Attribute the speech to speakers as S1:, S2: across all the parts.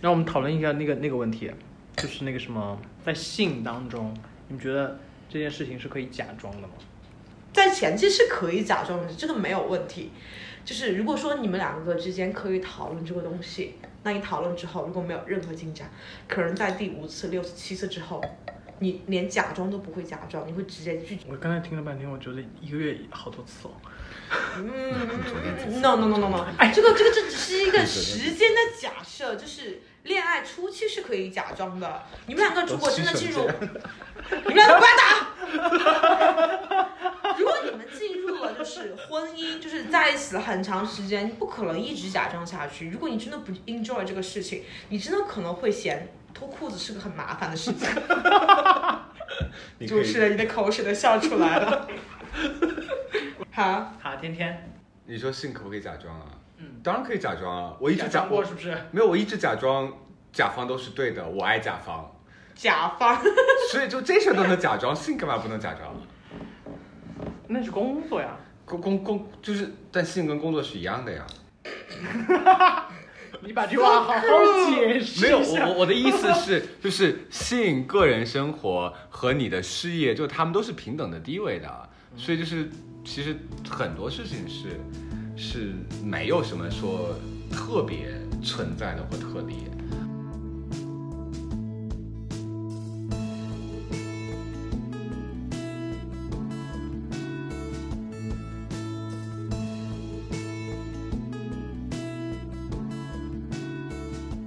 S1: 让我们讨论一下那个那个问题，就是那个什么，在性当中，你们觉得这件事情是可以假装的吗？
S2: 在前期是可以假装的，这个没有问题。就是如果说你们两个之间可以讨论这个东西，那你讨论之后如果没有任何进展，可能在第五次、六次、七次之后，你连假装都不会假装，你会直接拒绝。
S1: 我刚才听了半天，我觉得一个月好多次哦。
S2: 嗯，no no no no no，哎，这个这个这只是一个时间的假设，就是恋爱初期是可以假装的。你们两个如果真的进入，你们两个不要打。如果你们进入了就是婚姻，就是在一起了很长时间，你不可能一直假装下去。如果你真的不 enjoy 这个事情，你真的可能会嫌脱裤子是个很麻烦的事情。
S3: 你可
S2: 主
S3: 以
S2: 持人，你的口水都笑出来了。好。
S1: 好，啊天天，
S3: 你说性可不可以假装啊？
S1: 嗯，
S3: 当然可以假装啊！我一直
S1: 假
S3: 假
S1: 装过是不是？
S3: 没有，我一直假装甲方都是对的，我爱甲 方，
S2: 甲方，
S3: 所以就这事儿都能假装，性干嘛不能假装？
S1: 那是工作呀，
S3: 工工工就是，但性跟工作是一样的呀。
S1: 你把这话好好解释
S3: 没有，
S1: 一
S3: 我
S1: 下。
S3: 我我的意思是，就是性、个人生活和你的事业，就他们都是平等的地位的，
S1: 嗯
S3: 所以就是其实很多事情是是没有什么说特别存在的或特别。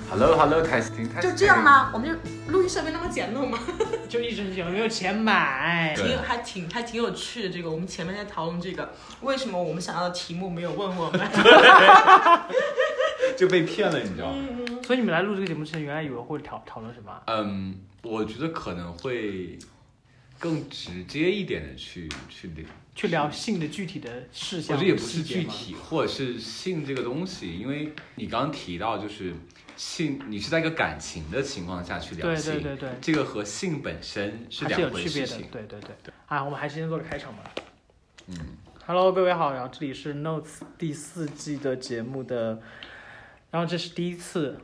S3: Hello Hello testing，
S2: 就这样？吗？我们就录音设备那么简陋吗？
S1: 就一直有没有钱 买？
S3: 对
S2: 挺有还挺还挺有趣的。这个我们前面在讨论这个，为什么我们想要的题目没有问我们？
S3: 就被骗了，你知道吗？
S1: 所以你们来录这个节目之前，原来以为会讨讨论什么啊？
S3: 嗯，我觉得可能会更直接一点的去去聊，
S1: 去聊性的具体的事
S3: 我
S1: 项？
S3: 觉得也不是
S1: 细节
S3: 具
S1: 吗。
S3: 体，或者是性这个东西，因为你刚刚提到就是性，你是在一个感情的情况下去聊
S1: 对
S3: 性，
S1: 对对对，
S3: 这个和性本身是
S1: 还是有
S3: 两回
S1: 区别
S3: 事
S1: 的
S3: 情。。
S1: 对对对。啊，我们还是先做个开场吧。
S3: 嗯，
S1: Hello，各位好，然后这里是 Notes 第四季的节目的，然后这是第一次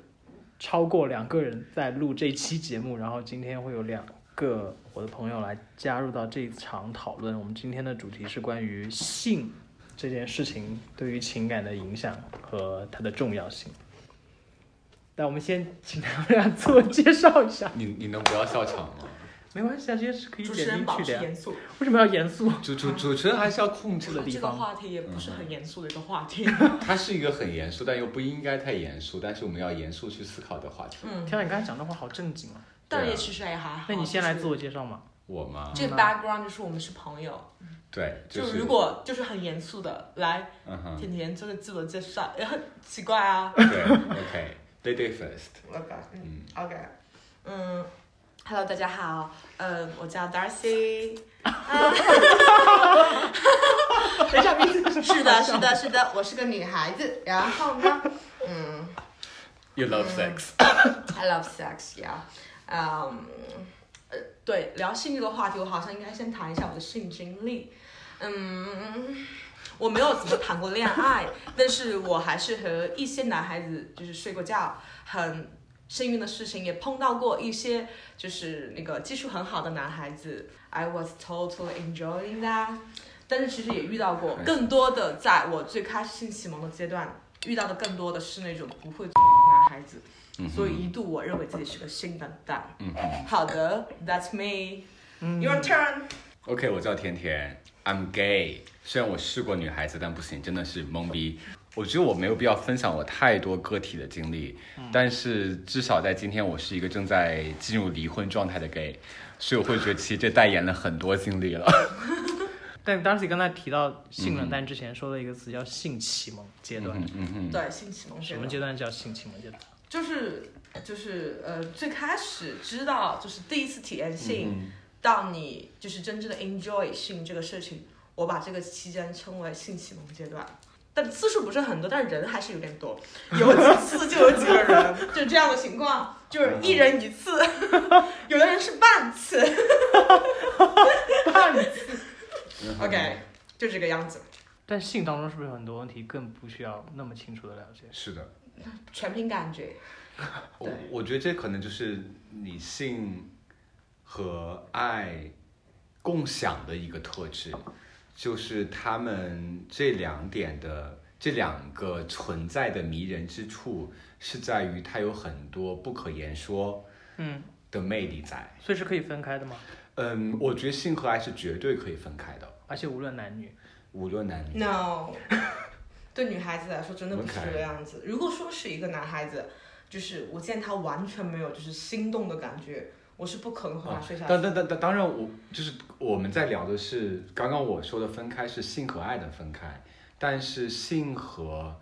S1: 超过两个人在录这期节目，然后今天会有两个我的朋友来加入到这一场讨论。我们今天的主题是关于性这件事情对于情感的影响和它的重要性。那我们先请他们俩自我介绍一下，
S3: 你你能不要笑场吗？
S1: 没关系啊，这些是可以
S2: 主
S1: 点
S2: 持人
S1: 进
S2: 保
S1: 去
S2: 持
S1: 的呀，
S2: 严肃，
S1: 为什么要严肃？
S3: 主主主持人还是要控制的
S1: 地
S2: 这个
S1: 方
S2: 话题也不是很严肃的一个话题。
S3: 它是一个很严肃，但又不应该太严肃，但是我们要严肃去思考的话题。
S2: 嗯，
S1: 天啊，你刚才讲的话好正经啊！
S2: 但也其实也
S3: 啊
S2: 还好。
S1: 那你先来自
S2: 做。
S1: 我介绍嘛。
S3: 我吗？
S2: 这 background 就是我们是朋友，
S3: 对，
S2: 就是如果就是很严肃的来，
S3: 嗯哼，
S2: 甜甜这个自我介绍，也很 奇怪啊。
S3: 对，OK，lady first。
S2: OK，
S3: 嗯
S2: OK，嗯，Hello，大家好，呃，我叫 Darcy。
S1: 等一下，名字是
S2: 是的，是的，是的，我是个女孩子。然后呢，嗯
S3: You love sex，
S2: ，I love sex，yeah，嗯、呃，对，聊性这个话题，我好像应该先谈一下我的性经历。嗯，我没有怎么谈过恋爱，但是我还是和一些男孩子就是睡过觉，很幸运的事情也碰到过一些就是那个技术很好的男孩子。I was totally enjoying that，但是其实也遇到过更多的，在我最开始性启蒙的阶段遇到的更多的是那种不会男孩子，所以一度我认为自己是个性冷淡。
S3: 嗯
S2: 好的，That's me。
S1: 嗯
S2: Your turn。
S3: OK，我叫甜甜，I'm gay。虽然我试过女孩子，但不行，真的是懵逼。我觉得我没有必要分享我太多个体的经历，但是至少在今天，我是一个正在进入离婚状态的 gay，所以我会觉得其实这代言了很多经历了。
S1: 但 Darcy 刚才提到性冷淡之前说的一个词叫性启蒙阶段，
S3: 嗯嗯嗯，
S2: 对，性启蒙阶
S1: 什么
S2: 段
S1: 阶段叫性启蒙阶段？
S2: 就是就是呃，最开始知道就是第一次体验
S3: 嗯
S2: 性，到你就是真正的 enjoy 性这个事情，我把这个期间称为性启蒙阶段。但次数不是很多，但是人还是有点多，有几次就有几个人，就这样的情况，就是一人一次，
S3: 嗯
S2: 有的人是半次，半次，OK，就
S3: 嗯
S2: 这个样子。
S1: 但性当中是不是有很多问题更不需要那么清楚的了解？
S3: 是的，
S2: 全凭感觉。
S3: 我
S1: 对
S3: 我觉得这可能就是你性和爱共享的一个特质，就是他们这两点的这两个存在的迷人之处，是在于它有很多不可言说
S1: 嗯，
S3: 的魅力在。
S1: 所以是可以分开的嘛，
S3: 嗯，我觉得性和爱是绝对可以分开的，
S1: 而且无论男女，
S3: 无论男女。
S2: No，对女孩子来说真的不是
S3: OK
S2: 这个样子。如果说是一个男孩子，就是我见他完全没有就是心动的感觉，我是不可能和他
S3: 啊
S2: 睡下去。
S3: 当当当当当然我，就是我们在聊的是刚刚我说的分开是性和爱的分开，但是性和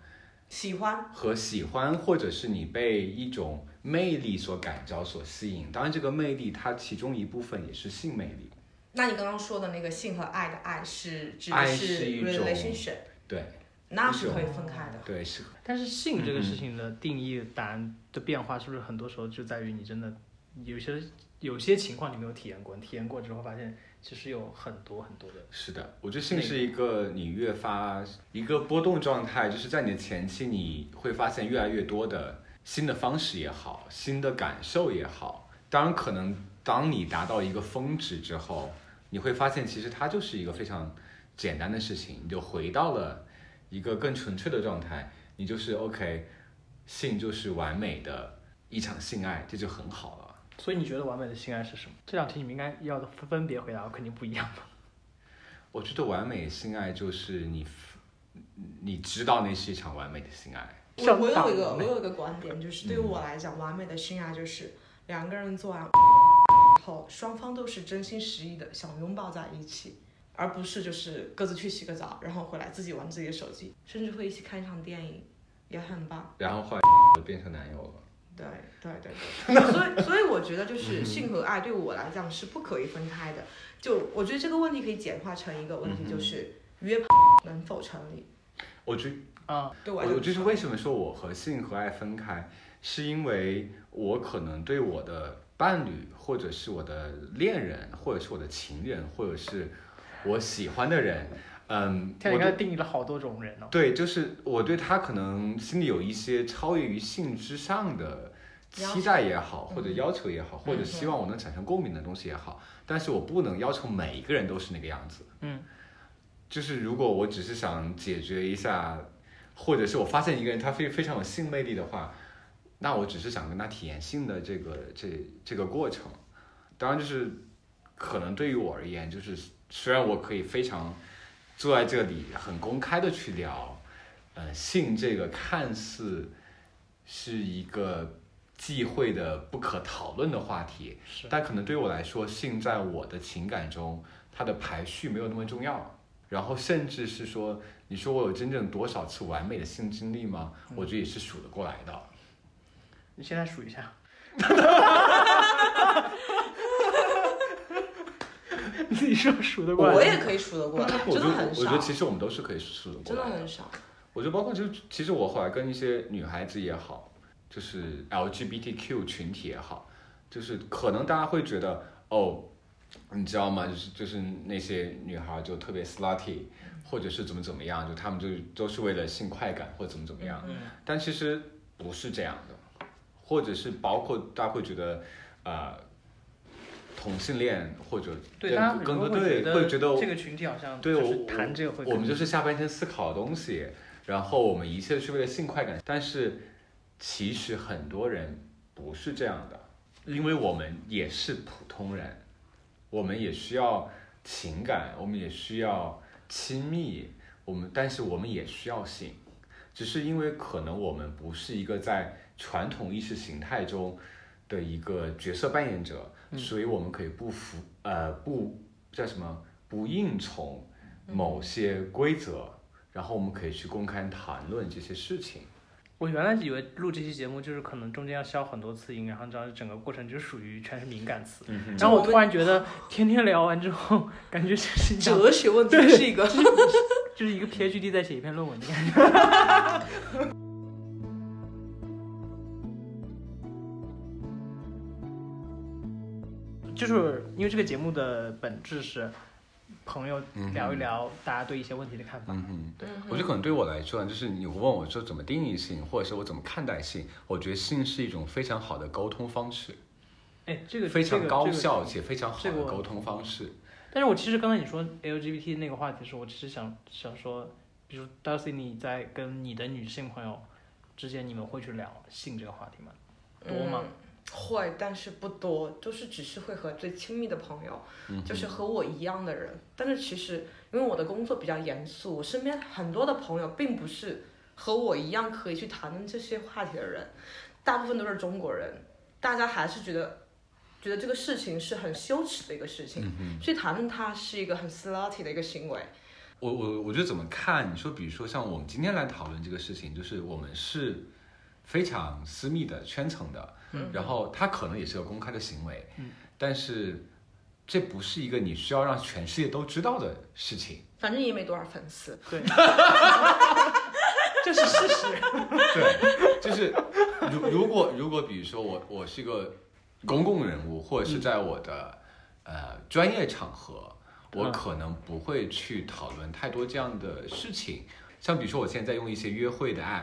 S2: 喜欢
S3: 和喜欢，或者是你被一种魅力所感召、所吸引。当然，这个魅力它其中一部分也是性魅力。
S2: 那你刚刚说的那个性和爱的爱是指
S3: 爱
S2: 的
S3: 是一种
S2: relationship，
S3: 对
S2: 那是可以分开的。
S3: 对，是
S1: 但是性这个事情的定义答案的变化，是不是很多时候就在于你真的有些有些情况你没有体验过，你体验过之后发现其实有很多很多的，
S3: 是的。我觉得性是一个你越发一个波动状态，就是在你的前期你会发现越来越多的新的方式也好，新的感受也好。当然，可能当你达到一个峰值之后，你会发现其实它就是一个非常简单的事情，你就回到了一个更纯粹的状态，你就是 OK，性就是完美的一场性爱，这就很好了。
S1: 所以你觉得完美的性爱是什么？这两题你们应该要的分分别回答，肯定不一样吧？
S3: 我觉得完美性爱就是你，你知道那是一场完美的性爱。
S2: 我我有一
S1: 像
S2: 个
S1: 大
S2: 我有一个观点，就是对于
S3: 嗯
S2: 我来讲，完美的性爱就是两个人做完后，双方都是真心实意的想拥抱在一起，而不是就是各自去洗个澡，然后回来自己玩自己的手机，甚至会一起看一场电影，也很棒。
S3: 然后后来就变成男友了。
S2: 对对对 对，所以所以我觉得就是性和爱对我来讲是不可以分开的。就我觉得这个问题可以简化成一个问题，
S3: 嗯
S2: 就是约
S3: 啊
S2: 炮能否成立？
S3: 我觉
S1: 啊，
S2: 对我来
S3: 我
S2: 讲，
S3: 我就是为什么说我和性和爱分开，是因为我可能对我的伴侣，或者是我的恋人，或者是我的情人，或者是我喜欢的人，嗯，
S1: 天
S3: 我
S1: 你刚才
S3: 对
S1: 定义了好多种人哦。
S3: 对，就是我对他可能心里有一些超越于性之上的期待也好，或者要求也好，或者希望我能产生共鸣的东西也好，但是我不能要求每一个人都是那个样子。
S1: 嗯，
S3: 就是如果我只是想解决一下，或者是我发现一个人他非非常有性魅力的话，那我只是想跟他体验性的这个这这个过程。当然，就是可能对于我而言，就是虽然我可以非常坐在这里很公开的去聊，呃，性这个看似是一个忌讳的不可讨论的话题，
S1: 是
S3: 但可能对我来说，性在我的情感中，它的排序没有那么重要。然后甚至是说，你说我有真正多少次完美的性经历吗？我觉得也是数得过来的。
S1: 你现在数一 下，你说数得过来吗？
S2: 我也可以数得过来，
S3: 我
S2: 真
S3: 觉
S2: 的
S3: 得，
S2: 很
S3: 我觉得
S2: 少，
S3: 其实我们都是可以数得过
S2: 真的
S3: 来的
S2: 很。少。
S3: 我觉得包括就是，其实我后来跟一些女孩子也好，就是 LGBTQ 群体也好，就是可能大家会觉得哦，你知道吗？就是就是那些女孩就特别 slutty，或者是怎么怎么样，就她们就都是为了性快感或怎么怎么样，
S1: 嗯
S3: 但其实不是这样的，或者是包括大家会觉得呃。同性恋或者
S1: 对，大家很
S3: 更
S1: 多
S3: 更对
S1: 得
S3: 会觉得
S1: 这个群体好像
S3: 对
S1: 就
S3: 我
S1: 是谈这个会
S3: 我们
S1: 更
S3: 就是下半天思考的东西，然后我们一切是为了性快感，但是其实很多人不是这样的，因为我们也是普通人，我们也需要情感，我们也需要亲密，我们但是我们也需要性，只是因为可能我们不是一个在传统意识形态中的一个角色扮演者，
S1: 嗯
S3: 所以我们可以不服呃不叫什么不应从某些规则，然后我们可以去公开谈论这些事情。
S1: 我原来以为录这期节目就是可能中间要消很多次音，然后这样整个过程就属于全是敏感词。
S3: 嗯
S1: 然后我突然觉得天天聊完之后，感觉这是一场
S2: 哲学问题是一个，
S3: 嗯
S1: 就是一个 PhD 在写一篇论文的感觉。 就是因为这个节目的本质是朋友聊一聊大家对一些问题的看法。
S3: 嗯哼，对，我觉得可能对我来说呢，就是你问我说怎么定义性，或者是我怎么看待性，我觉得性是一种非常好的沟通方式，
S1: 哎，这个
S3: 非常高。
S1: 这个这
S3: 效
S1: 个
S3: 且非常好
S1: 这个
S3: 的
S1: 我
S3: 沟通方式。
S1: 但是我其实刚才你说 LGBT 那个话题的时候，我其实想想说，比如 Darcy，你在跟你的女性朋友之间，你们会去聊性这个话题吗？多吗？
S2: 嗯会，但是不多，就是只是会和最亲密的朋友，
S3: 嗯
S2: 就是和我一样的人。但是其实因为我的工作比较严肃，我身边很多的朋友并不是和我一样可以去谈论这些话题的人，大部分都是中国人，大家还是觉得。觉得这个事情是很羞耻的一个事情，
S3: 嗯
S2: 去谈论它是一个很 slutty 的一个行为。
S3: 我我我觉得怎么看？你说，比如说像我们今天来讨论这个事情，就是我们是非常私密的、圈层的，然后它可能也是个公开的行为，但是这不是一个你需要让全世界都知道的事情。
S2: 反正也没多少粉丝，
S1: 对，这是事实。
S3: 对，就是如如果如果比如说我我是一个公共人物，或者
S1: 嗯
S3: 是在我的、呃专业场合，我
S1: 嗯
S3: 可能不会去讨论太多这样的事情。像比如说我现在在用一些约会的 app，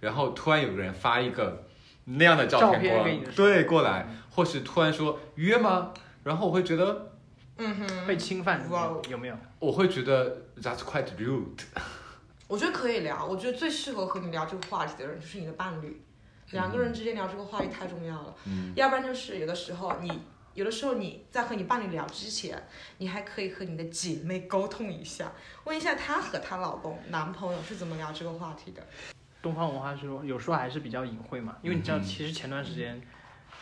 S3: 然后突然有个人发一个那样的照
S1: 照片
S3: 过
S1: 给
S3: 来
S1: 你的，时候嗯
S3: 对，过来，或是突然说约吗？然后我会觉得，
S2: 嗯哼，
S1: 被侵犯有没
S2: 哇
S1: 有
S2: 哦
S1: 有没有？
S3: 我会觉得 that's quite rude。
S2: 我觉得可以聊，我觉得最适合和你聊这个话题的人就是你的伴侣，两个人之间聊这个话题太重要了。要不然就是有的时候你，有的时候你在和你伴侣聊之前，你还可以和你的姐妹沟通一下，问一下她和她老公、男朋友是怎么聊这个话题的。
S1: 东方文化是说有时候还是比较隐晦嘛，因为你知道，其实前段时间、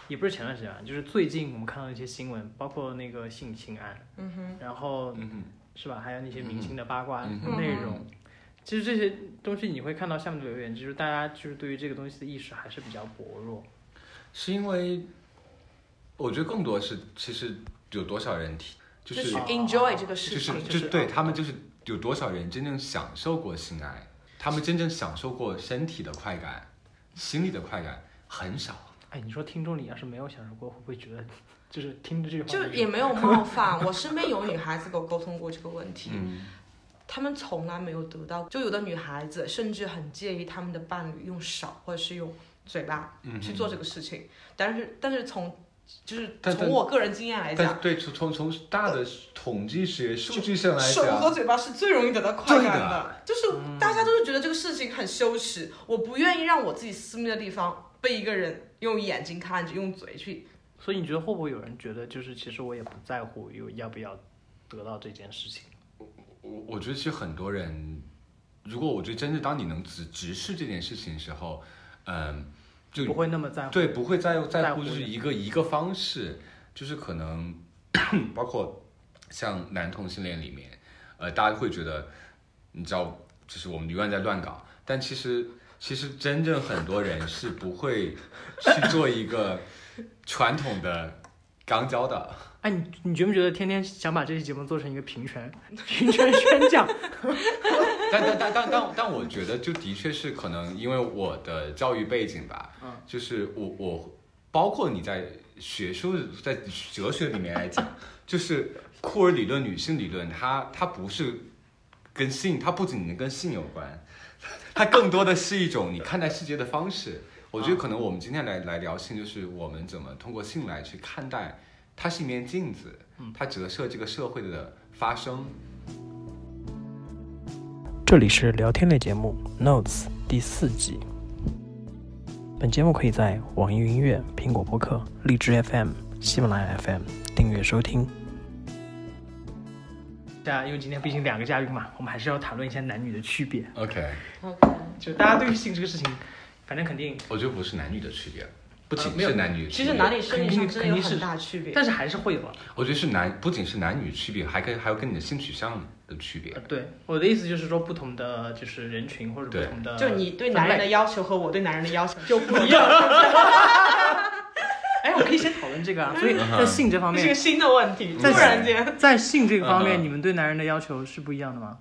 S1: 也不是前段时间啊，就是最近我们看到一些新闻，包括那个性侵案，
S2: 嗯哼，
S1: 然后
S3: 嗯哼，
S1: 是吧？还有那些明星的八卦
S3: 嗯
S2: 哼
S1: 内容。其实这些东西你会看到下面的留言，就是大家就是对于这个东西的意识还是比较薄弱。
S3: 是因为我觉得更多是其实有多少人提，就
S2: 就是
S3: 是
S2: enjoy 这个
S3: 就
S2: 事
S3: 是
S2: 情。
S1: 就
S3: 就是哦是对他们就是有多少人真正享受过性爱，他们真正享受过身体的快感、心理的快感很少。
S1: 哎，你说听众里要是没有享受过，会不会觉得 就是听着这句话
S2: 就
S1: 觉
S2: 也
S1: 得
S2: 没有冒犯，我身边有女孩子跟我沟通过这个问题，
S3: 嗯，
S2: 他们从来没有得到，就有的女孩子甚至很介意他们的伴侣用手或者是用嘴巴
S3: 嗯哼
S2: 去做这个事情，但是但是从就是
S3: 但
S2: 从
S3: 但
S2: 我个人经验来讲，
S3: 但对从从从大的统计学数据上来
S2: 手和
S3: 讲，
S2: 嘴巴是最容易得到快感
S3: 对的
S1: 嗯
S2: 就是大家都是觉得这个事情很羞耻，我不愿意让我自己私密的地方被一个人用眼睛看着，用嘴去，
S1: 所以你觉得会不会有人觉得就是其实我也不在乎有要不要得到这件事情？
S3: 我我觉得其实很多人，如果我觉得真是当你能直直视这件事情的时候，嗯，就
S1: 不会那么在乎。
S3: 对，不会在乎
S1: 在
S3: 在
S1: 乎
S3: 乎就是
S1: 人
S3: 一个一个方式，就是可能包括像男同性恋里面，呃，大家会觉得，你知道，就是我们永远在乱搞，但其实其实真正很多人是不会去做一个传统的肛交的。
S1: 哎，你你觉不觉得天天想把这期节目做成一个平权 平权宣 讲？
S3: 但但但但但但我觉得，就的确是可能因为我的教育背景吧，
S1: 嗯
S3: 就是我我包括你在学术在哲学里面来讲，就是库尔理论、女性理论，它它不是跟性，它不仅仅跟性有关， 它更多的是一种你看待世界的方式。我觉得可能我们今天来来聊性，就是我们怎么通过性来去看待，它是一面镜子，它折射这个社会的发生。
S1: 这里是聊天类节目《Notes》第四季。本节目可以在网易云音乐、苹果播客、荔枝 FM、喜马拉雅 FM 订阅收听。那啊因为今天毕竟两个嘉宾嘛，我们还是要谈论一下男女的区别。
S3: OK。
S1: 就大家对于性这个事情，反正肯定，
S3: 我觉得不是男女的区别，不仅
S1: 呃没有
S3: 是男女的
S2: 其
S3: 区别，
S2: 实男女生理上真的
S1: 肯
S2: 有
S1: 定是
S2: 很大区别。
S1: 但是还是会有啊。
S3: 我觉得是男，不仅是男女区别，还可以还有跟你的性取向的区别
S1: 呃。对，我的意思就是说，不同的就是人群或者
S3: 对
S1: 不同的
S2: 就你对男人
S1: 呃分
S2: 的
S1: 类
S2: 要求和我对男人的要求
S1: 就不一样。哎，我可以先讨论这个啊。所以
S3: 嗯
S1: 在性这方
S2: 这是个
S1: 面，
S2: 新的问题，突
S1: 在
S2: 然间。
S1: 在性这个方
S3: 嗯
S1: 面，
S3: 嗯
S1: 你们对男人的要求是不一样的吗？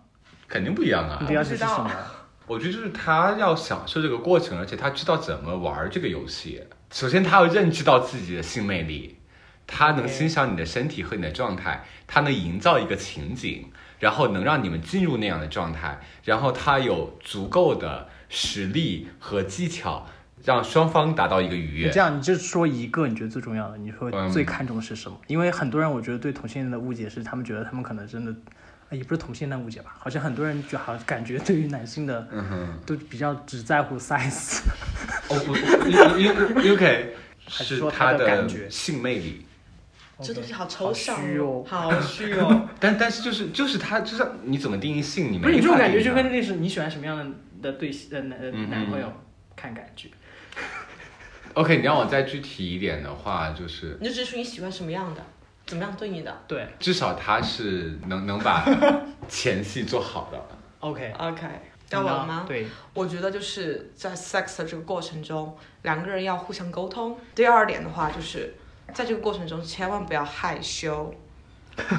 S3: 肯定不一样啊
S1: 你！的要求是什
S2: 我不
S1: 么？
S3: 我觉得就是他要享受这个过程，而且他知道怎么玩这个游戏。首先，他要认知到自己的性魅力，他能
S1: OK
S3: 欣赏你的身体和你的状态，他能营造一个情景，然后能让你们进入那样的状态，然后他有足够的实力和技巧，让双方达到一个愉
S1: 你
S3: 悦
S1: 这。样，你就说一个你觉得最重要的，你说
S3: 嗯
S1: 最看重的是什么？因为很多人我觉得对同性恋的误解是，他们觉得他们可能真的，呃也不是同性恋误解吧，好像很多人就好像感觉对于男性的
S3: 嗯哼
S1: 都比较只在乎 size，
S3: 哦，U U U K
S1: 还是
S3: 是
S1: 说
S3: 他
S1: 他的感
S3: 的
S1: 觉
S3: 性魅力。
S2: 这东西
S1: OK，
S2: 好抽象
S1: 虚 哦。
S2: 好虚哦。
S3: 但但是就是就是他就是你怎么定义性？你
S1: 不是你
S3: 没
S1: 这种
S3: 法
S1: 感
S3: 定
S1: 觉
S3: 义
S1: 就
S3: 它
S1: 跟那是你喜欢什么样的的对呃男呃
S3: 嗯
S1: 男朋
S3: 嗯
S1: 友看感觉，
S3: OK，你让我再具体一点的话，就是
S2: 你就只说你喜欢什么样的，怎么样对你的。
S1: 对
S3: 至少他是能能把前戏做好的。
S1: ，OK，
S2: OK，要我了吗？
S1: 对，
S2: 我觉得就是在 sex 的这个过程中，两个人要互相沟通。第二点的话，就是在这个过程中千万不要害羞，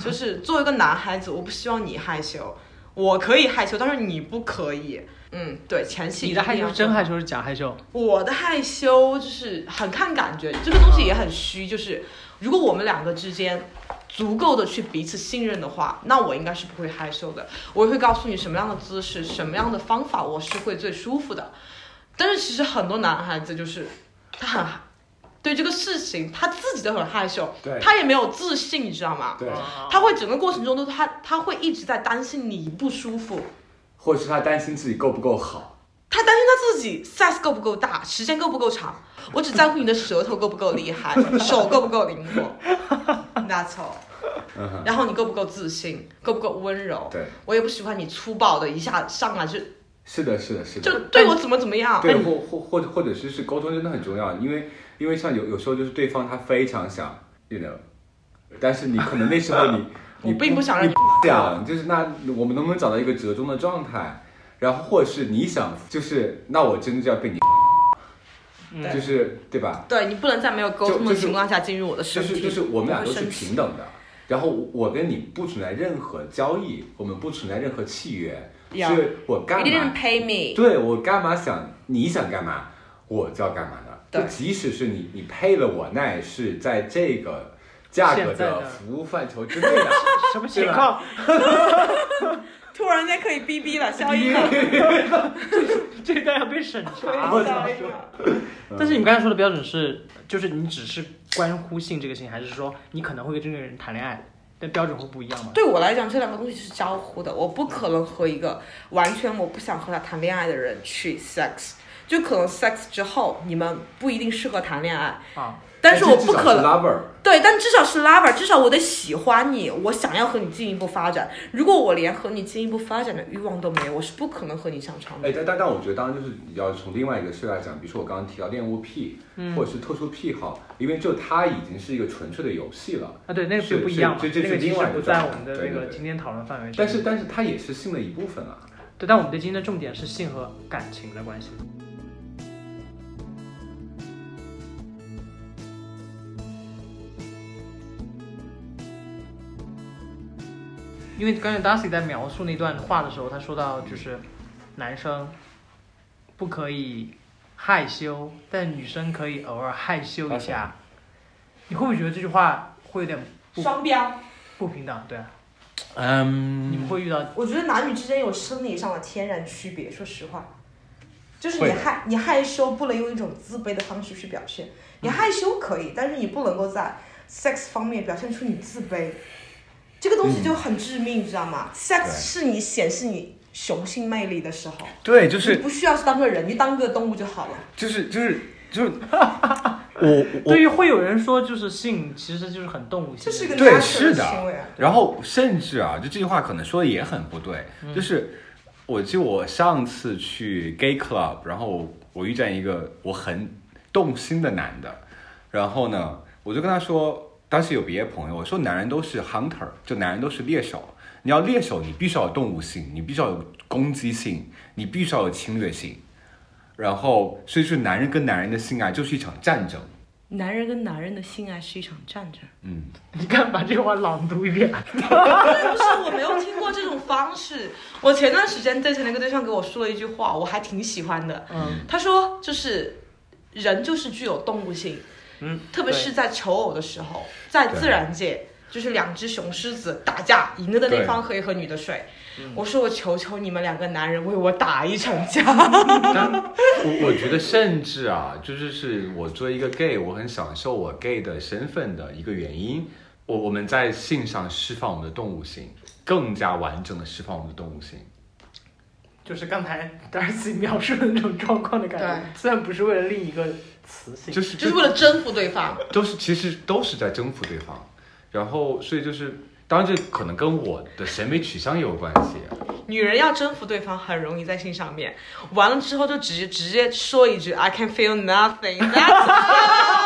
S2: 就是作为一个男孩子，我不希望你害羞，我可以害羞，但是你不可以。嗯，对，前期
S1: 你的害羞是真害
S2: 羞，
S1: 羞是假害羞？
S2: 我的害羞就是很看感觉，这个东西也很虚，就是如果我们两个之间。足够的去彼此信任的话，那我应该是不会害羞的。我会告诉你什么样的姿势、什么样的方法我是会最舒服的。但是其实很多男孩子就是他很对这个事情他自己都很害羞，
S3: 对
S2: 他也没有自信，你知道吗？
S3: 对
S2: 他会整个过程中都他他会一直在担心你不舒服，
S3: 或者是他担心自己够不够好。
S2: 他担心他自己 size 够不够大，时间够不够长，我只在乎你的舌头够不够厉 害，手够不够灵活，That's all。
S3: 嗯哼，
S2: 然后你够不够自信，够不够温柔？
S3: 对，
S2: 我也不喜欢你粗暴的，一下上来就是
S3: 的，是的，是的。
S2: 就对我怎么怎么样。
S3: 对，或或或者或者是是沟通真的很重要，因为因为像有有时候就是对方他非常想，you know，但是你可能那时候你你
S2: 我并不想让你
S3: 你不想，就是那我们能不能找到一个折中的状态？然后或者是你想，就是那我真的就要被你，
S1: 嗯
S3: 就是对吧？
S2: 对你不能在没有沟通
S3: 就
S2: 的
S3: 就是
S2: 情况下进入我的
S3: 就
S2: 身体，
S3: 是就是我们俩都
S2: 会
S3: 是
S2: 生气
S3: 平等的，然后我跟你不存在任何交易，我们不存在任何契约，
S2: Yeah
S3: 是我干
S2: You
S3: 嘛
S2: didn't pay me。
S3: 对我干嘛想你想干嘛，我就要干嘛的。
S2: 对
S3: 就即使是你你配了我，那也是在这个价格
S1: 现在的
S3: 的服务范畴之内的。
S1: 什么情况？
S2: 突然间可以逼逼了，消音了，
S3: 你
S1: 这一段要被审查。
S3: 我
S2: 消音了。
S3: 嗯
S1: 但是你们刚才说的标准是，就是你只是关乎性这个事情，还是说你可能会跟这个人谈恋爱，但标准会不一样吗？
S2: 对我来讲，这两个东西是交互的，我不可能和一个完全我不想和他谈恋爱的人去 sex，就可能 sex 之后你们不一定适合谈恋爱，
S1: 啊，
S2: 但
S3: 哎
S2: 是我不可能。
S3: lover，
S2: 对，但至少是 lover，至少我得喜欢你，我想要和你进一步发展。如果我连和你进一步发展的欲望都没有，我是不可能和你上床的。
S3: 哎，但但但我觉得，当然就是你要从另外一个事来讲，比如说我刚刚提到恋物癖，
S2: 嗯
S3: 或者是特殊癖好，因为就它已经是一个纯粹的游戏了。
S1: 啊，对，那个
S3: 是
S1: 就不一样嘛，
S3: 是这这
S1: 那个
S3: 是
S1: 其
S3: 另
S1: 实
S3: 外一个
S1: 不在我们的那个
S3: 状态对对对
S1: 今天讨论范围
S2: 嗯
S1: 之内。
S3: 但是但是它也是性的一部分啊。
S1: 对，但我们对今天的重点是性和感情的关系。因为刚才 Darcy 在描述那段话的时候，他说到就是男生不可以害羞，但女生可以偶尔害羞一下。你会不会觉得这句话会有点不
S2: 双标，
S1: 不平等？对啊，你们
S3: 嗯，
S1: 会遇到
S2: 我觉得男女之间有生理上的天然区别，说实话，就是
S3: 会
S2: 你
S3: 的
S2: 害你害羞不能用一种自卑的方式去表现，
S3: 嗯
S2: 你害羞可以，但是你不能够在 sex 方面表现出你自卑，这个东西就很致命，你知道吗？sex
S3: 嗯对
S2: 是你显示你雄性魅力的时候，
S3: 对，就
S2: 你不需要是当个人，你当个动物就好了。
S3: 就是就是就是， 我
S1: 对于会有人说，就是性其实就是很动物性的，
S2: 这是一个
S3: 对
S2: natural
S3: 是的
S2: 行为啊，
S3: 然后甚至啊，就这句话可能说的也很不对，
S2: 嗯
S3: 就是我记得我上次去 gay club，然后我遇见一个我很动心的男的，然后呢，我就跟他说，当时有别的朋友，我说男人都是 hunter，就男人都是猎手。你要猎手，你必须要有动物性，你必须要有攻击性，你必须要有侵略性。然后，所以说，男人跟男人的性爱就是一场战争。
S2: 男人跟男人的性爱是一场战争。
S3: 嗯，
S1: 你看，把这话朗读一遍。
S2: 不是，我没有听过这种方式。 我前段时间对前那个对象给我说了一句话，我还挺喜欢的。
S1: 嗯，
S2: 他说就是人就是具有动物性，
S1: 嗯，
S2: 特别
S1: 对
S2: 是在求偶的时候，在自然界，就是两只雄狮子打架，赢了的那
S3: 对
S2: 方可以喝女的水。
S1: 嗯
S2: 我说我求求你们两个男人为我打一场架。
S3: 但我我觉得甚至啊，就是是我作为一个 gay，我很享受我 gay 的身份的一个原因。我我们在性上释放我们的动物性，更加完整的释放我们的动物性。
S1: 就是刚才 Darcy 描述的那种状况的感觉，虽然不是为了另一个词性，
S3: 就是
S2: 就是为了征服对方，
S3: 都是其实都是在征服对方，然后所以就是，当然这可能跟我的审美取向也有关系。
S2: 女人要征服对方很容易，在性上面完了之后就直直接说一句 “I can feel nothing”。That's all。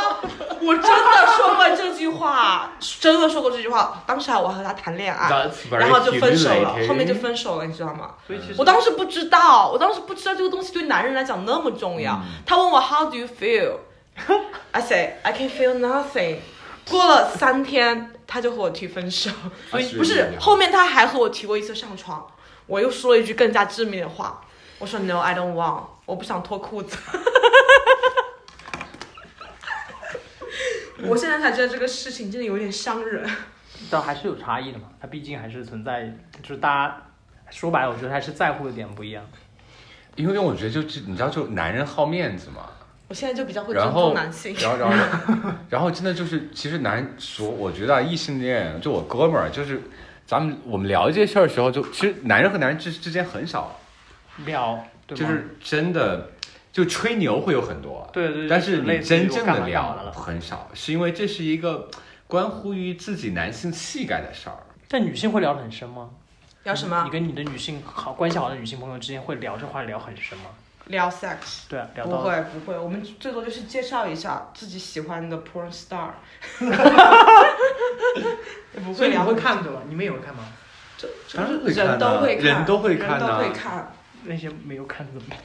S2: 我真的说过这句话，真的说过这句话。当时还我和他谈恋爱，
S3: That's very
S2: 啊然后就分手了，
S3: humiliating
S2: 后面就分手了，你知道吗？
S1: 所以其实
S2: 我当时不知道，我当时不知道这个东西对男人来讲那么重要。他问我 How do you feel? I say I can feel nothing。过了三天，他就和我提分手。
S3: 所以
S2: 不是，后面他还和我提过一次上床，我又说了一句更加致命的话，我说 No, I don't want，我不想脱裤 子。我现在才知道这个事情真的有点伤人。
S1: 但还是有差异的嘛，它毕竟还是存在，就是大家说白了，我觉得还是在乎的点不一样。
S3: 因为因为我觉得就是你知道，就男人好面子嘛，
S2: 我现在就比较会
S3: 然
S2: 尊重
S3: 后
S2: 男性。
S3: 然后然后然后真的就是，其实难说。我觉得啊，异性恋就我哥们儿，就是咱们我们聊这些事儿的时候就，其实男人和男人之之间很少，
S1: 聊，对
S3: 就
S1: 吗
S3: 是真的就吹牛会有很多，
S1: 对对对，
S3: 但是
S1: 就类
S3: 你
S1: 似于
S3: 真
S1: 我
S3: 正
S1: 干
S3: 的
S1: 嘛干
S3: 聊
S1: 嘛了。
S3: 很少，是因为这是一个关乎于自己男性气概的事儿。
S1: 但女性会聊得很深吗？
S2: 聊什么
S1: 你？跟你的女性好关系好的女性朋友之间会聊这话聊很深吗？
S2: 聊 sex？
S1: 对啊，聊
S2: 不
S1: 到
S2: 会不会，我们最多就是介绍一下自己喜欢的 porn star。不会聊，
S1: 看对吧？你们也会看吗？
S2: 这这
S3: 当然会看
S2: 人都
S3: 啊
S2: 会看，
S3: 人都会
S2: 人
S3: 看
S2: 都
S3: 啊
S2: 会看。
S1: 那些没有看怎么办？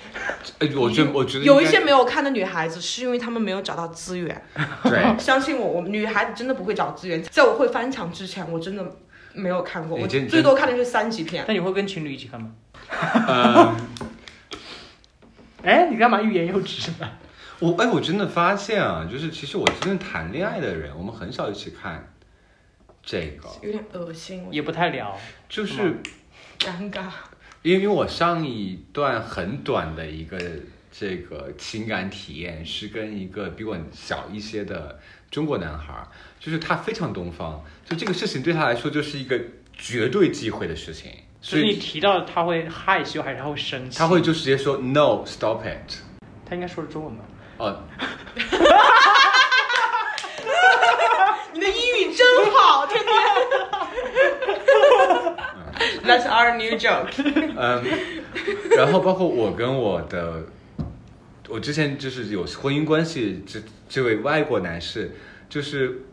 S3: 哎，我觉得我觉得
S2: 有
S3: 应
S2: 一
S3: 该
S2: 些没有看的女孩子，是因为她们没有找到资源。
S3: 对，
S2: 相信我，我们女孩子真的不会找资源。在我会翻墙之前，我真的没有看过，
S3: 你
S2: 我
S3: 真
S2: 最多看的是三级片。
S1: 但你会跟情侣一起看吗？
S3: 呃，
S1: 哎，你干嘛欲言又止？啊
S3: 我哎，我真的发现啊，就是其实我真正谈恋爱的人，我们很少一起看这个，
S2: 有点恶心，我
S1: 也不太聊。
S3: 就是是
S2: 尴尬。
S3: 因为我上一段很短的一个这个情感体验是跟一个比我小一些的中国男孩儿，就是他非常东方，就这个事情对他来说就是一个绝对忌讳的事情，
S1: 就
S3: 所
S1: 是你
S3: 以
S1: 提到他会害羞还是他会生气？
S3: 他会就直接说 no stop it，
S1: 他应该说的中文吧？
S3: 哦，
S2: 你的英语真好，天 天。That's our new joke。
S3: 嗯，然后包括我跟我的，我之前就是有婚姻关系这这位外国男士，就是，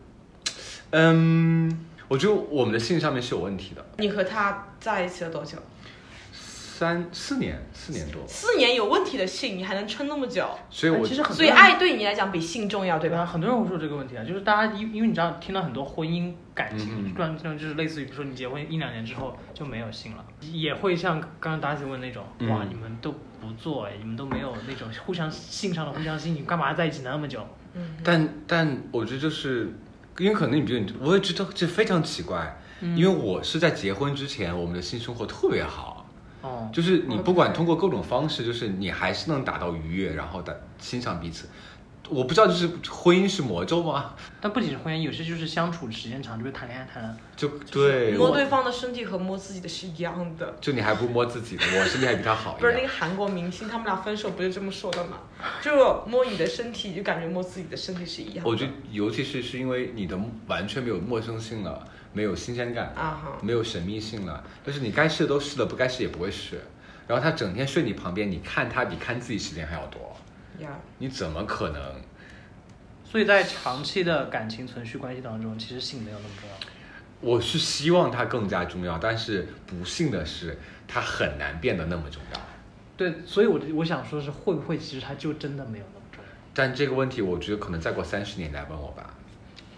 S3: 嗯，我觉得我们的性上面是有问题的，
S2: 你和他在一起了多久？
S3: 三四年四年多，
S2: 四年有问题的性，你还能撑那么久？
S3: 所以我
S1: 但哎其实很多
S2: 所以爱对你来讲比性重要，对
S1: 对
S2: 吧？
S1: 吧？很多人会说这个问题啊，就是大家因因为你知道，听到很多婚姻感
S3: 嗯
S1: 情
S3: 嗯
S1: 状况，就是类似于比如说你结婚一两年之后就没有性了，也会像刚刚达西问那种，
S3: 嗯
S1: 哇，你们都不做，哎，你们都没有那种互相性上的互相吸引，你们干嘛在一起那么久？
S3: 但但我觉得就是，因为可能你觉得，我也觉得这非常奇怪，
S2: 嗯
S3: 因为我是在结婚之前，我们的性生活特别好，
S1: 哦，
S3: 就是你
S2: OK
S3: 不管通过各种方式，就是你还是能达到愉悦，然后的欣赏彼此。我不知道，就是婚姻是魔咒吗？
S1: 但不仅是婚姻，有些就是相处时间长，就是谈恋爱谈了，
S3: 就对
S2: 摸
S3: 我，
S2: 对方的身体和摸自己的是一样的。
S3: 就你还不如摸自己的，我身体还比他好一
S2: 不是那
S3: 点
S2: 个。韩国明星，他们俩分手不就这么说的 吗？就是摸你的身体，就感觉摸自己的身体是一样的。
S3: 我觉得，尤其是是因为你的完全没有陌生性了，没有新鲜感，
S2: 啊哈，
S3: 没有神秘性了，就是你该试的都试了，不该试也不会试。然后他整天睡你旁边，你看他比看自己时间还要多，
S2: 呀，
S3: 你怎么可能？
S1: 所以在长期的感情存续关系当中，其实性没有那么重要。
S3: 我是希望它更加重要，但是不幸的是，它很难变得那么重要。
S1: 对，所以我我想说是会不会其实它就真的没有那么重要？
S3: 但这个问题，我觉得可能再过三十年来问我吧。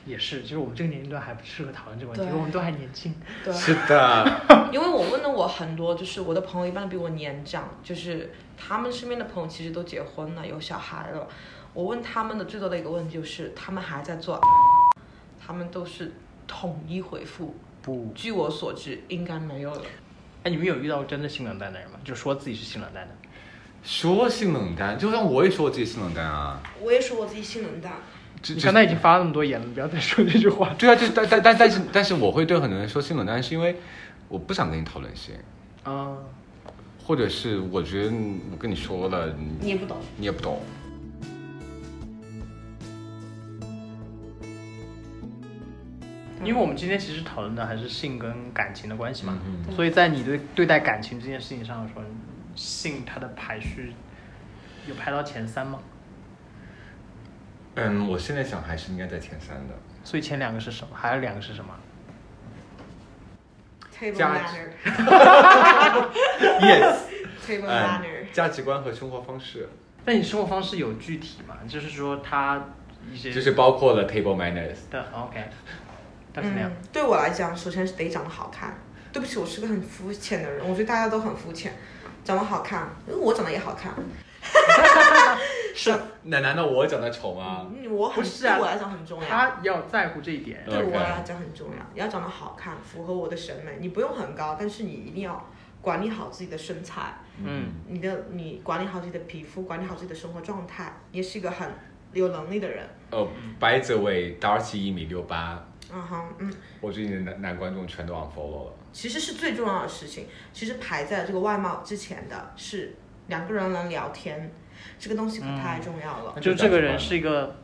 S1: 也是，就是我们这个年龄段还不适合讨论这个问题，
S2: 对
S1: 因为我们都还年轻。
S2: 对，
S3: 是的，
S2: 因为我问了我很多，就是我的朋友一般都比我年长，就是他们身边的朋友其实都结婚了，有小孩了。我问他们的最多的一个问题就是，他们还在做， 他们都是统一回复，
S1: 不，
S2: 据我所知应该没有了。
S1: 哎，你们有遇到过真的性冷淡的人吗？就说自己是性冷淡的，
S3: 说性冷淡，就像我也说我自己性冷淡啊。
S2: 我也说我自己性冷淡，
S3: 这
S1: 你
S3: 这
S1: 刚才已经发了那么多言了，不要再说这句话了。
S3: 对啊，就是但但但但是但是我会对很多人说性冷淡，是因为我不想跟你讨论性，
S1: 啊，
S3: 或者是我觉得我跟你说了，你
S2: 你也不懂。
S3: 你也不懂。
S1: 因为我们今天其实讨论的还是性跟感情的关系嘛，
S3: 嗯
S1: 所以在你对对待感情这件事情上来说，性它的排序有排到前三吗？
S3: 嗯，我现在想还是应该在前三的。
S1: 所以前两个是什么？还有两个是什么？
S2: Table
S3: 价
S2: manner,
S3: yes，
S2: table manner。
S3: 嗯价值观和生活方式，
S1: 那你生活方式有具体吗？就是说它一些
S3: 就是包括了 table manners。
S1: 的 OK，但是那样
S2: 嗯，对我来讲，首先是得长得好看。对不起，我是个很肤浅的人，我觉得大家都很肤浅。长得好看，因为我长得也好看，
S1: 是
S3: 那难道我长得丑吗？
S2: 嗯我很
S1: 不是啊
S2: 对我来讲很重要，
S1: 他要在乎这一点。
S2: 对我来讲很重要。你要长得好看，符合我的审美，你不用很高，但是你一定要管理好自己的身材，
S1: 嗯，
S2: 你的你管理好自己的皮肤，管理好自己的生活状态，也是一个很有能力的人。
S3: 呃，by the way，Darcy 一米六八，
S2: 嗯哼，嗯，
S3: 我最近的男男观众全都 unfollow 了。
S2: 其实是最重要的事情。其实排在这个外貌之前的是两个人能聊天，这个东西可太
S3: 嗯
S2: 重要了。
S3: 那
S1: 就
S3: 就
S1: 这个人是一个，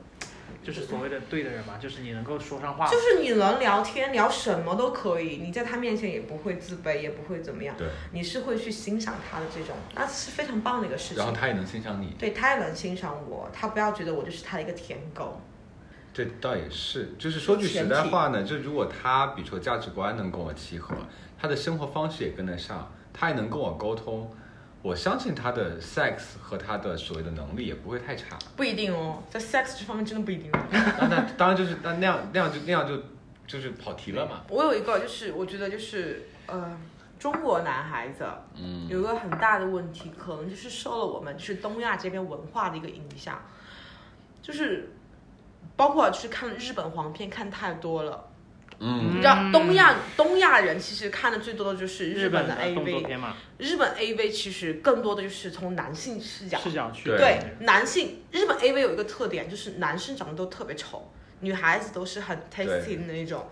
S1: 就是所谓的对的人嘛，就是你能够说上话。
S2: 就是你能聊天，聊什么都可以，你在他面前也不会自卑，也不会怎么样，
S3: 对，
S2: 你是会去欣赏他的这种，那是非常棒的一个事
S3: 然后
S2: 情。
S3: 他也能欣赏你，
S2: 对他也能欣赏我，他不要觉得我就是他的一个舔狗。
S3: 这倒也是。就是说句实在话呢，就如果他比如说价值观能跟我契合，他的生活方式也跟得上，他也能跟我沟通，我相信他的 sex 和他的所谓的能力也不会太差。
S2: 不一定哦，在 sex 这方面真的不一定。哦
S3: 那那当然就是那那样那样就那样就就是跑题了嘛。
S2: 我有一个，就是我觉得就是呃，中国男孩子
S3: 嗯，
S2: 有一个很大的问题，可能就是受了我们就是东亚这边文化的一个影响，就是包括去看日本黄片看太多了，
S3: 嗯
S2: 你知道东亚东亚人其实看的最多的就是
S1: 日
S2: 本
S1: 的
S2: 的
S1: 动作
S2: AV，
S1: 片嘛，
S2: 日本 AV 其实更多的就是从男性视角，
S1: 视角去
S3: 对
S2: 对男性日本 AV 有一个特点就是男生长得都特别丑，女孩子都是很 tasty 的那种，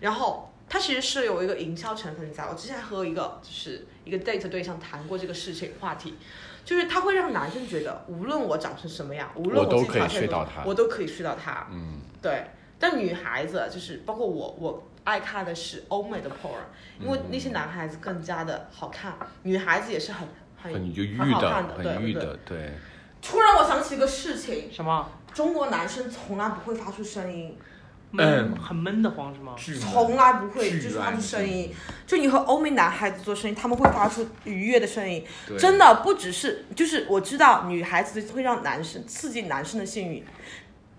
S2: 然后。它其实是有一个营销成分在。我之前和一个就是一个 date 对象谈过这个事情话题，就是它会让男生觉得，无论我长成什么样，无论
S3: 我都
S2: 自己
S3: 可以
S2: 条件
S3: 睡
S2: 多
S3: 到他
S2: 我都可以睡到他。
S3: 嗯，
S2: 对，但女孩子就是包括我，我爱看的是欧美的 porn，因
S3: 嗯
S2: 为那些男孩子更加的好看，女孩子也是很很。
S3: 很就欲
S2: 很好看
S3: 的，
S2: 的
S3: 很
S2: 对
S3: 欲的，对。
S2: 突然我想起一个事情，
S1: 什么？
S2: 中国男生从来不会发出声音，
S1: 闷，
S3: 嗯
S1: 很闷得慌是吗？
S3: 巨
S2: 从来不会
S3: 巨
S2: 就是发出
S3: 安
S2: 声
S3: 静
S2: 音。就你和欧美男孩子做生意，他们会发出愉悦的声音，
S3: 对
S2: 真的不只是就是我知道女孩子会让男生刺激男生的性欲，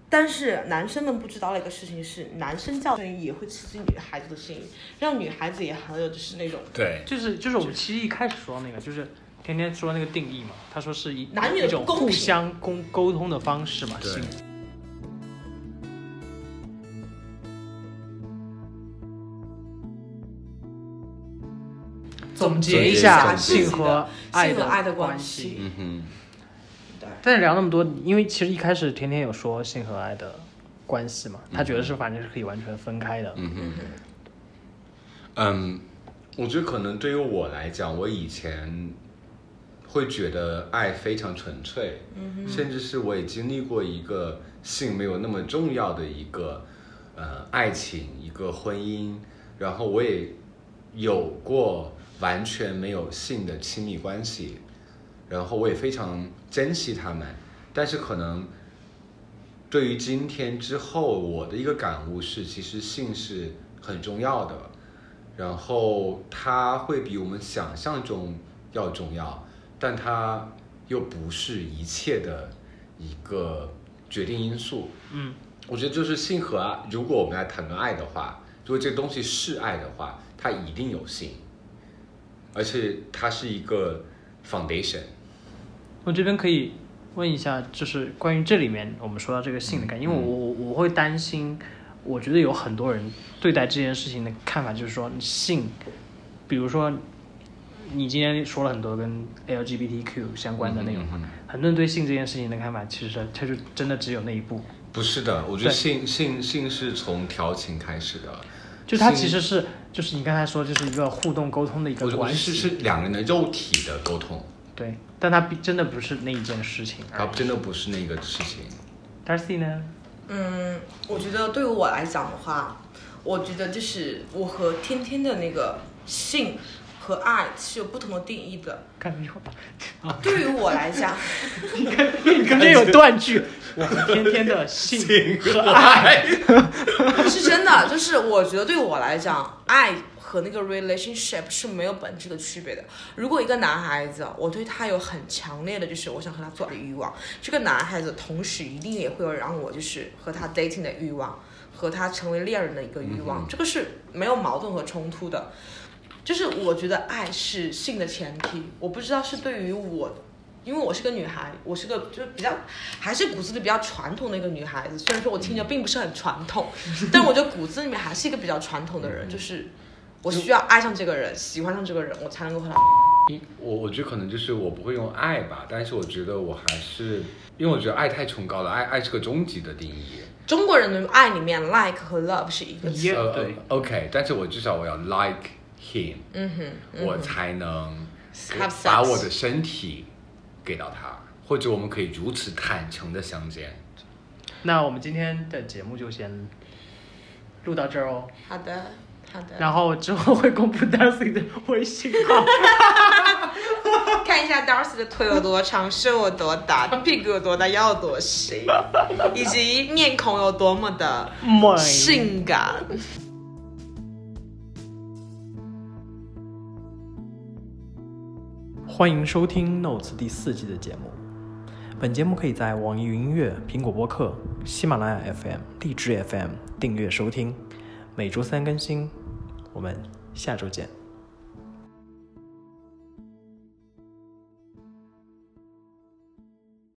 S2: 但是男生们不知道的一个事情是，男生叫声音也会刺激女孩子的性欲，让女孩子也很有就是那种
S3: 对，
S1: 就是就是我们其实一开始说那个，就是天天说那个定义嘛，他说是一
S2: 男女的
S1: 一种
S2: 不公
S1: 互
S2: 平
S1: 相沟沟通的方式嘛，
S3: 对
S1: 性。总结一下
S3: 总结一下
S1: 性和爱
S2: 性和爱的关
S1: 系
S2: 系。
S3: 嗯哼，
S2: 对，
S1: 但是聊那么多，因为其实一开始甜甜有说性和爱的关系嘛，他觉得是反正是可以完全分开的。
S3: 嗯哼，嗯，我觉得可能对于我来讲，我以前会觉得爱非常纯粹，嗯、甚至是我也经历过一个性没有那么重要的一个呃爱情，一个婚姻，然后我也有过完全没有性的亲密关系，然后我也非常珍惜他们，但是可能对于今天之后，我的一个感悟是，其实性是很重要的，然后它会比我们想象中要重要，但它又不是一切的一个决定因素。
S1: 嗯，
S3: 我觉得就是性和爱，如果我们来谈论爱的话，如果这个东西是爱的话，它一定有性，而且它是一个 foundation。
S1: 我这边可以问一下，就是关于这里面我们说到这个性的感觉，因为我我我会担心，我觉得有很多人对待这件事情的看法就是说性，比如说你今天说了很多跟 LGBTQ 相关
S3: 嗯
S1: 的内容，很多人对性这件事情的看法，其实他就真的只有那一步，
S3: 嗯不是的，我觉得
S1: 对
S3: 性性性是从调情开始的，
S1: 就它
S3: 性
S1: 其实是就是你刚才说就是一个互动沟通的一
S3: 我
S1: 个
S3: 觉得
S1: 关
S3: 是
S1: 系，
S3: 是两个人的肉体的沟通，
S1: 对，但它比真的不是那一件事情而
S3: 它
S1: 已。
S3: 真的不是那个事 情。
S1: Darcy 呢？
S2: 嗯，我觉得对于我来讲的话，我觉得就是我和天天的那个性和爱是有不同的定义的。
S1: 看你会把
S2: 对于我来讲，
S1: 你中间有断 句，我们天天的性和
S3: 哎
S1: 爱，
S2: 是真的，就是我觉得对我来讲，爱和那个 relationship 是没有本质的区别的。如果一个男孩子，我对他有很强烈的就是我想和他做爱的欲望，这个男孩子同时一定也会有让我就是和他 dating 的欲望，和他成为恋人的一个欲望，这个是没有矛盾和冲突的。就是我觉得爱是性的前提，我不知道是对于我因为我是个女孩，我是个就是比较还是骨子里比较传统的一个女孩子。虽然说我听着并不是很传统， 但我觉得骨子里面还是一个比较传统的人，就是我需要爱上这个人，喜欢上这个人，我才能够和他。
S3: 我我觉得可能就是我不会用爱吧，但是我觉得我还是，因为我觉得爱太崇高了，爱爱是个终极的定义。
S2: 中国人的爱里面，like 和 love 是一个词。
S1: Yeah，
S3: 呃
S1: 对
S3: ，OK，但是我至少我要 like him，
S2: 嗯哼，
S3: 我才能
S2: Have sex
S3: 把我的身体给到他，或者我们可以如此坦诚的相见。
S1: 那我们今天的节目就先录到这儿哦，
S2: 好的，好的。
S1: 然后之后会公布 Darcy 的微信号。
S2: 看一下 Darcy 的腿有多长，胸有多 大，屁股有多大，腰有多细，以及面孔有多么的
S1: 美
S2: 性感。
S1: 欢迎收听 Notes 第四季的节目。本节目可以在网易云音乐、苹果播客、喜马拉雅 FM、荔枝 FM 订阅收听，每周三更新。我们下周见。